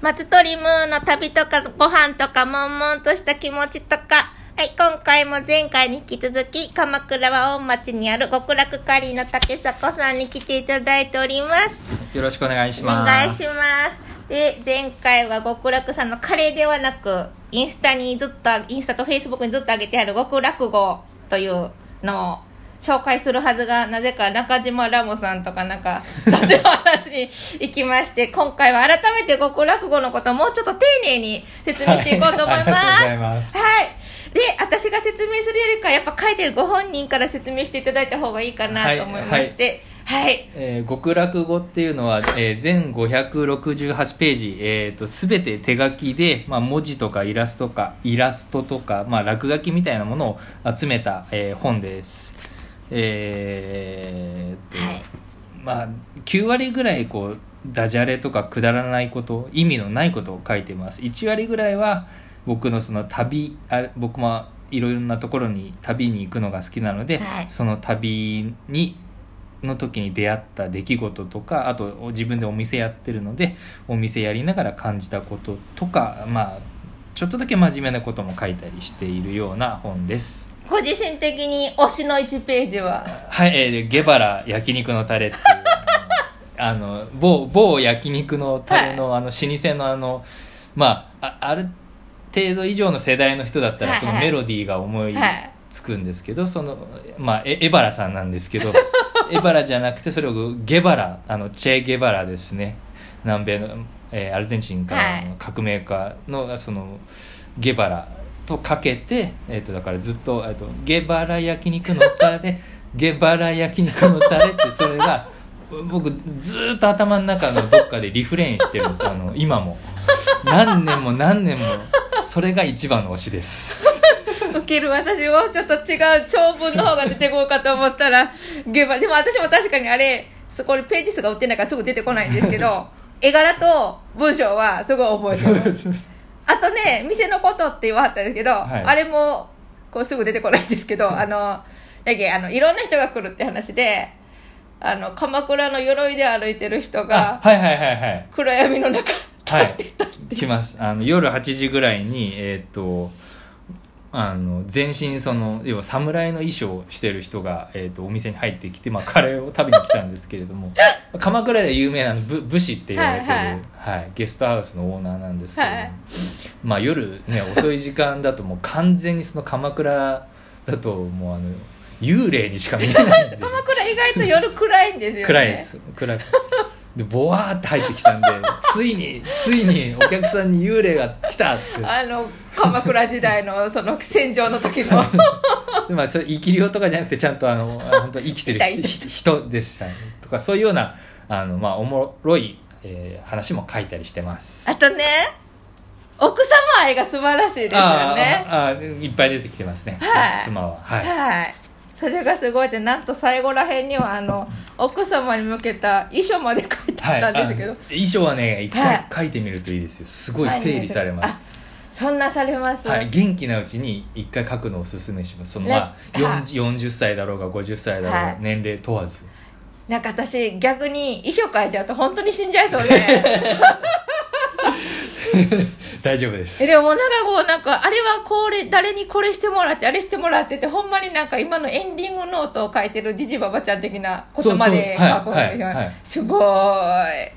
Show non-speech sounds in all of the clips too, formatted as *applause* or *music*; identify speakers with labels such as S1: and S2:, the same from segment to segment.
S1: 松鳥ムーの旅とかご飯とか悶々とした気持ちとかはい今回も前回に引き続き鎌倉は大町にある極楽カリーの竹迫さんに来ていただいております
S2: よろしくお願いし
S1: お
S2: ます。
S1: 願いしますで前回は極楽さんのカレーではなくインスタにずっとインスタとフェイスブックにずっと上げてある極楽語というのを紹介するはずがなぜか中島ラモさんとかなん
S2: *laughs*
S1: かそっちの話に行きまして今回は改めて極楽語のことをもうちょっと丁寧に説明していこうと思います。
S2: はいありがとうございます
S1: はいで私が説明するよりかやっぱ書いてるご本人から説明していただいた方がいいかなと思いましてはい
S2: えー極楽語っていうのは、えー全568ページ、えー、と全て手書きで、まあ、文字とかイラストかイラストとか、まあ、落書きみたいなものを集めた、えー本です。えーと
S1: はい
S2: まあ、9割ぐらいこうダジャレとかくだらないこと意味のないことを書いてます1割ぐらいは僕のその旅あ僕もいろいろなところに旅に行くのが好きなので、
S1: はい
S2: その旅にの時に出会った出来事とかあと自分でお店やってるのでお店やりながら感じたこととかまあちょっとだけ真面目なことも書いたりしているような本です。
S1: ご自身的に推しの1ページは
S2: はい、えーで、ゲバラ焼肉のタレっ
S1: *laughs*
S2: ていうあの某某焼肉のタレの,、あの老舗のあのまああある程度以上の世代の人だったら、
S1: はいはい
S2: そのメロディーが思い
S1: はい
S2: つくんですけど、そのまあえエバラさんなんですけどエバラじゃなくてそれをゲバラあのチェ・ゲバラですね南米の、えーアルゼンチンから
S1: は
S2: の革命家のそのゲバラとかけて、えー、とだからずっとえーと「ゲバラ焼肉のタレゲバラ焼肉のタレ」ってそれが僕ずーっと頭の中のどっかでリフレインしてるんですあの今も何年も何年もそれが一番の推しです
S1: ウケる私もちょっと違う長文の方が出てこうかと思ったら現場でも私も確かにあれそこにページ数が売ってないからすぐ出てこないんですけど絵柄と文章はすごい覚え
S2: *laughs*
S1: てるあとね店のことって言わはったんですけど、
S2: はい
S1: あれもこうすぐ出てこないんですけどあのだっけあのいろんな人が来るって話であの鎌倉の鎧で歩いてる人
S2: あ
S1: が
S2: はいはいはいはい
S1: 暗闇の中立 *laughs*
S2: はい
S1: ってたっていう、
S2: 来ますあの夜8時ぐらいにえーっとあの全身その要は侍の衣装をしてる人が、えーっとお店に入ってきて、まあ、カレーを食べに来たんですけれど
S1: *laughs*
S2: も鎌倉で有名なぶ武士って言われてる、
S1: は
S2: はいい
S1: はい
S2: ゲストハウスのオーナーなんですけれども、
S1: はい
S2: まあ、夜、ね、遅い時間だともう完全にその鎌倉だともうあの幽霊にしか見えない
S1: *laughs*
S2: んで
S1: 鎌倉意外と夜暗いんですよね
S2: 暗いです暗くでボワーって入って
S1: *laughs*
S2: きたんでついについにお客さんに幽霊が来たって
S1: あの鎌倉時代のその戦場の時の
S2: でまあ、それ生き量とかじゃなくてちゃんとあのあの本当生きてる
S1: いたいたい
S2: 人人でしたねとかそういうようなあの、まあ、おもろい、えー話も書いたりしてま
S1: *laughs*
S2: す。
S1: あとね奥様愛が素晴らしいですよ
S2: あ
S1: ね
S2: あああいっぱい出てきてますね、
S1: はい
S2: 妻ははい、
S1: はいそれがすごいってなんと最後らへんにはあの奥様に向けた衣装まで書いてあったんですけど、
S2: あの衣装はね一
S1: はい
S2: 回書いてみるといいですよすごい整理されます、
S1: そんなされます、
S2: はい、元気なうちに一回書くのをおすすめしますその
S1: ね
S2: まあ
S1: はい
S2: 40, 40歳だろうが50歳だろうが、
S1: はい
S2: 年齢問わず *laughs*
S1: なんか私逆に衣装変えちゃうと本当に死んじゃいそうで
S2: 大丈夫です
S1: *laughs* えでももうなんかこうなんかあれはこれ誰にこれしてもらってあれしてもらってってほんまになんか今のエンディングノートを書いてるじじばばちゃん的なことまで
S2: そうそうはい
S1: 書くわけじゃ
S2: はい
S1: な
S2: はいい
S1: すごーい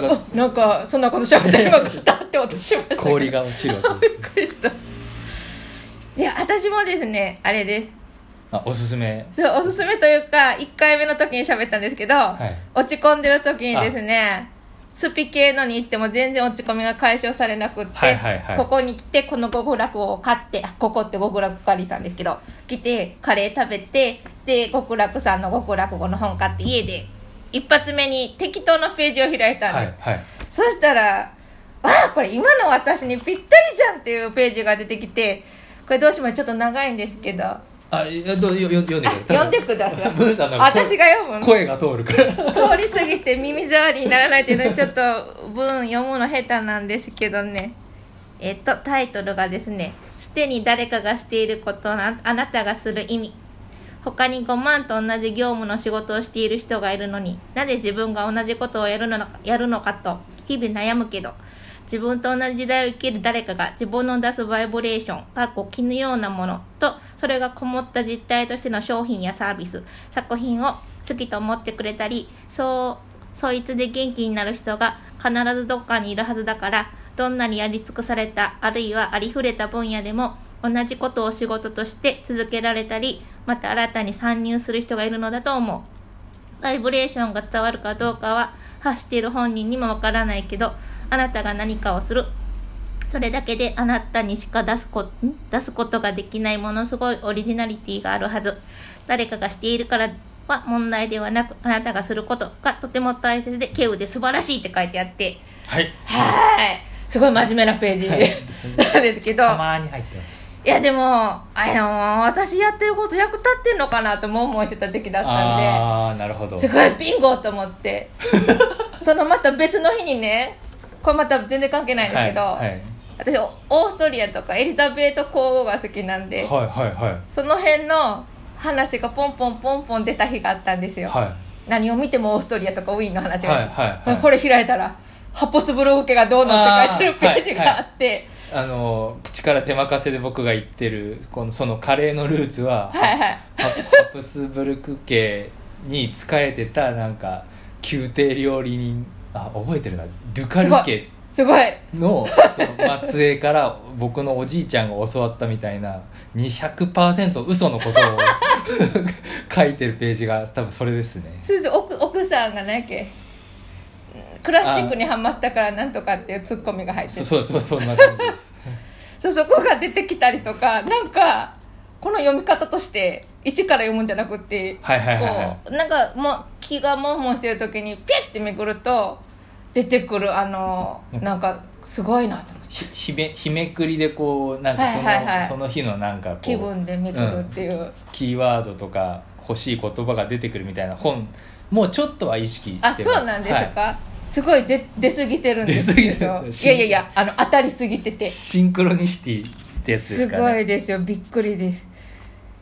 S1: *laughs*
S2: から
S1: あなんかそんなことしちゃった今ガタって音しましたけど
S2: 氷が落ちるわ
S1: *laughs*
S2: け
S1: びっくりしたいや私もですねあれで
S2: あおすすめ
S1: すそうおすすめというか1回目の時に喋ったんですけど、
S2: い
S1: 落ち込んでる時にですねスピ系のに行っても全然落ち込みが解消されなくって、
S2: はいはいはい
S1: ここに来てこの極楽を買ってあここって極楽カリーさんですけど来てカレー食べてで極楽さんの極楽語の本買って家で一発目に適当なページを開いたんです、
S2: はいはい
S1: そしたら、わあ、これ今の私にぴったりじゃんっていうページが出てきて、これどうしましょうちょっと長いんですけど、あ
S2: あ、いやどうよよ読んでください。
S1: 読んでください。
S2: ブーさんの声
S1: 私が読むの
S2: 声が通るから。
S1: *laughs* 通り過ぎて耳障りにならないというのにちょっと文読むの下手なんですけどねえっとタイトルがですね「すでに誰かがしていることなあなたがする意味」他に5万と同じ業務の仕事をしている人がいるのになぜ自分が同じことをやるのかやるのかと日々悩むけど自分と同じ時代を生きる誰かが自分の出すバイブレーションかっこ気のようなものとそれがこもった実態としての商品やサービス作品を好きと思ってくれたりそうそいつで元気になる人が必ずどこかにいるはずだからどんなにやり尽くされたあるいはありふれた分野でも同じことを仕事として続けられたりまた新たに参入する人がいるのだと思うバイブレーションが伝わるかどうかは発している本人にもわからないけどあなたが何かをするそれだけであなたにしか出すこん出すことができないものすごいオリジナリティがあるはず誰かがしているからは問題ではなくあなたがすることがとても大切で稀有で素晴らしいって書いてあって
S2: はい
S1: はいすごい真面目なページなんですけど
S2: たまに入ってます
S1: いやでもあの私やってること役立ってんのかなとも思いしてた時期だったんで
S2: ああーなるほど
S1: すごいビンゴと思って
S2: *laughs*
S1: そのまた別の日にねこれまた全然関係ないんですけど、
S2: はいはい
S1: 私オーストリアとかエリザベート皇后が好きなんで、
S2: はいはいはい
S1: その辺の話がポンポンポンポン出た日があったんですよ、
S2: は
S1: 何を見てもオーストリアとかウィーンの話が、
S2: はいはいはい
S1: これ開いたらハポスブログ家がどうのって書いてるページがあって、
S2: いあの口から手任せで僕が言ってるこのそのカレーのルーツは
S1: はいはい
S2: ハハプスブルク家に仕えてたなんか宮廷料理人あ覚えてるなドゥカル家
S1: すごい
S2: のその末裔から僕のおじいちゃんが教わったみたいな200%嘘のことを書いてるページが多分それですね
S1: そうそう奥奥さんが何やっけクラシックにハマったからなんとかっていうツッコミが入ってて
S2: そそうそうそんな感じです
S1: そうそこが出てきたりとかなんかこの読み方として一から読むんじゃなくて、
S2: はいはいはいはい
S1: こうなんかもう気がもんもんしてる時にピュッてめくると出てくるあのなんかすごいなと思って
S2: *laughs* ひひめひめくりでこうなんかその,、
S1: はいはいはい
S2: その日のなんかこう
S1: 気分でめくるっていう、
S2: キーワードとか欲しい言葉が出てくるみたいな本もうちょっとは意識してま
S1: あ
S2: す
S1: そうなんです
S2: はい
S1: か、すごい出出過ぎてるんですけ
S2: 出過
S1: ど
S2: ぎてる
S1: いやいやいやあの当たりすぎてて
S2: シンクロニシティってやつですすか
S1: ご
S2: ね
S1: いですよびっくりです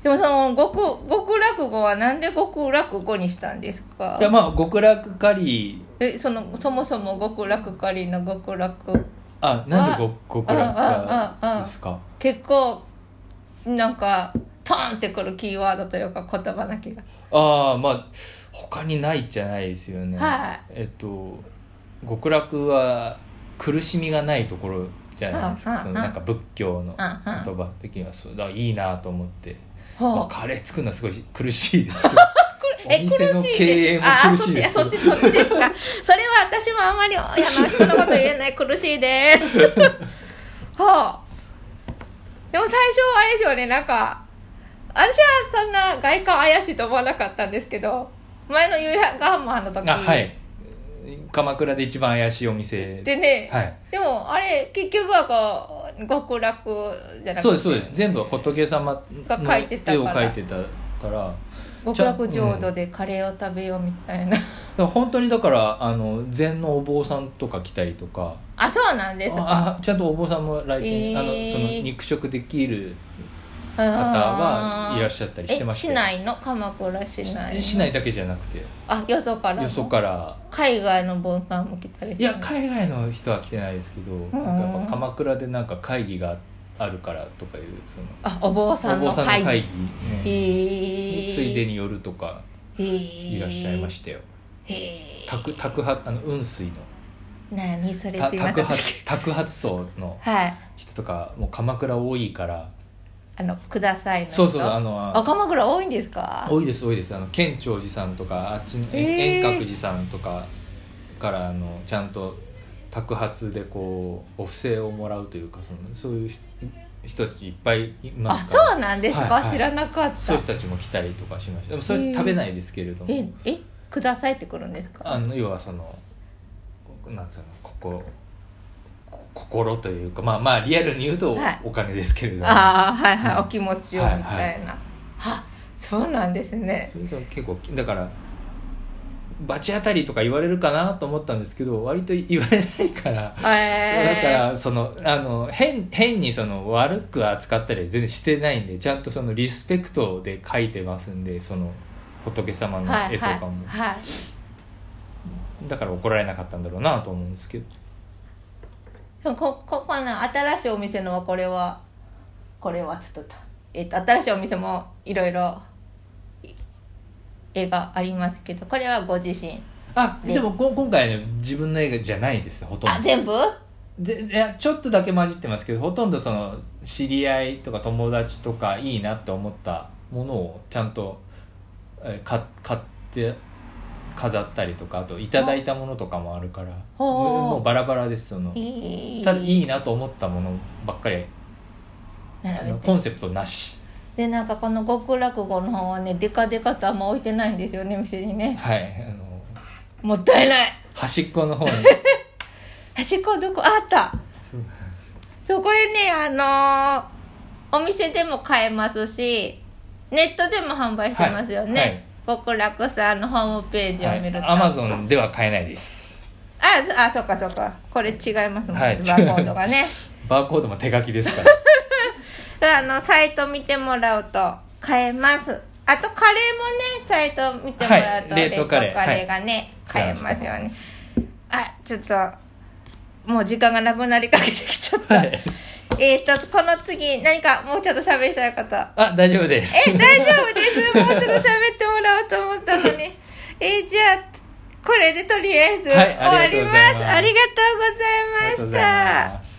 S1: でもその極極落語はなんで極落語にしたんですか
S2: いやまあ極楽カリー
S1: えそのそもそも極楽かりの極楽
S2: あなんで極極楽
S1: あああ
S2: か
S1: あ
S2: ですか
S1: 結構なんかトーンってくるキーワードというか言葉な気が
S2: ああまあ他にないじゃないですよね、
S1: はい
S2: えっと極楽は苦しみがないところじゃないです
S1: うん
S2: か
S1: うん
S2: そのなんか仏教の言
S1: うんうん
S2: 葉的にはそうだからいいなと思って、まあ、
S1: ほう
S2: カレー作るのはすごい苦しい
S1: *laughs*
S2: ですけど
S1: え
S2: お
S1: 苦
S2: 店の
S1: しい
S2: 経営
S1: です
S2: も
S1: ああ
S2: 苦
S1: そ
S2: し
S1: っち
S2: いです
S1: そっちそっちですかそれは私もあんまりあの人のこと言えない苦しいです
S2: *laughs*
S1: ほうでも最初あれですよねなんか私はそんな外観怪しいと思わなかったんですけど前の夕飯ガンマーの時
S2: あはい鎌倉で一番怪しいお店
S1: でね、
S2: はい
S1: でもあれ結局はこう極楽じゃなくて
S2: そうですそうです全部仏様
S1: が
S2: の
S1: 描いてたから
S2: 絵を描いてたから
S1: 極楽浄土でカレーを食べようみたいな、
S2: だから本当にだからあの禅のお坊さんとか来たりとか
S1: あそうなんですか
S2: ああちゃんとお坊さんも来店、
S1: えー
S2: あのその肉食できる
S1: 方
S2: 方はいらっしゃったりしてました
S1: 市内の鎌倉市内の
S2: 市内だけじゃなくて
S1: あよそからの
S2: よそから
S1: 海外の盆さんも来たりし
S2: い
S1: て
S2: や海外の人は来てないですけど、
S1: ん
S2: なんかやっぱ鎌倉でなんか会議があるからとかいうその
S1: あお坊さんの会議
S2: 会議、
S1: へ
S2: ね
S1: え
S2: ついでに寄るとか
S1: に
S2: いらっしゃいましたよ、
S1: たへえ
S2: 宅宅発あの雲水の
S1: 何それ
S2: た
S1: すいま
S2: 宅
S1: せん
S2: 発宅発層の
S1: はい
S2: 人とかもう鎌倉多いから
S1: あのくださいの人
S2: そうそうあの
S1: あ鎌倉多いんですか
S2: 多いです多いですあの県庁寺さんとかあっちの
S1: へ
S2: え
S1: ー
S2: 遠隔寺さんとかからあのちゃんと宅発でこうお布施をもらうというかそのそういうひ人たちいっぱいいま
S1: あ
S2: すから
S1: そうなんですか、
S2: はいはい
S1: 知らなかった
S2: そういう人たちも来たりとかしましたでもそれ
S1: へー
S2: 食べないですけれども
S1: ええくださいってくるんです
S2: あ
S1: か
S2: の要はそのなんつうのこここ心というかまあまあリアルに言うと
S1: はい
S2: お金ですけれども、
S1: ああはいはい、
S2: うん
S1: お気持ちをみ
S2: は
S1: た
S2: い
S1: いな、はそうなんですね
S2: それと結構だから罰当たりとか言われるかなと思ったんですけど割と言われないから、だか
S1: え
S2: らそのあの変変にその悪く扱ったりは全然してないんでちゃんとそのリスペクトで書いてますんでその仏様
S1: ー、
S2: の
S1: はい
S2: 絵と
S1: は
S2: か
S1: い
S2: も、
S1: はい
S2: だから怒られなかったんだろうなと思うんですけど
S1: でもこここの新しいお店のはこれはこれはちょっとた、えっと新しいお店もいろいろい絵がありますけどこれはご自身
S2: あ
S1: ね
S2: でもこ今回ね自分の映画じゃないですほとん
S1: あ
S2: ど
S1: 全部
S2: でいやちょっとだけ混じってますけどほとんどその知り合いとか友達とかいいなって思ったものをちゃんとえーか買って飾ったりとかあといただいたものとかもあるから
S1: ほう
S2: もうバラバラですその
S1: いい
S2: たいいなと思ったものばっかりあ
S1: 並べ
S2: の
S1: て
S2: コンセプトなし
S1: でなんかこの極楽号の方はねデカデカとあんま置いてないんですよね店にね
S2: はいあの
S1: もったいない
S2: 端っこの方に
S1: *laughs* 端っこどこあったそうこれねあのーお店でも買えますしネットでも販売してますよね、極楽さんのホームページ
S2: は
S1: を見ると、
S2: いアマゾンでは買えないです
S1: ああそっかそっかこれ違いますもんね、
S2: はい
S1: バーコードがね
S2: バーコードも手書きですから
S1: あのサイト見てもらうと買えますあとカレーもねサイト見てもらうと、
S2: はい冷凍カレー
S1: 冷凍カレーがね、
S2: はい
S1: 買えますよねあちょっともう時間がなくなりかけてきちゃ *laughs* った、
S2: はい
S1: えー、と、この次、何かもうちょっと喋りたいこと。
S2: あ大丈夫です
S1: え、大丈夫です。もうちょっと喋ってもらおうと思ったのに。 *laughs* えーじゃあ、これでとりあえず、
S2: はい
S1: 終わります。あ
S2: あ
S1: り
S2: り
S1: がとうございました。
S2: す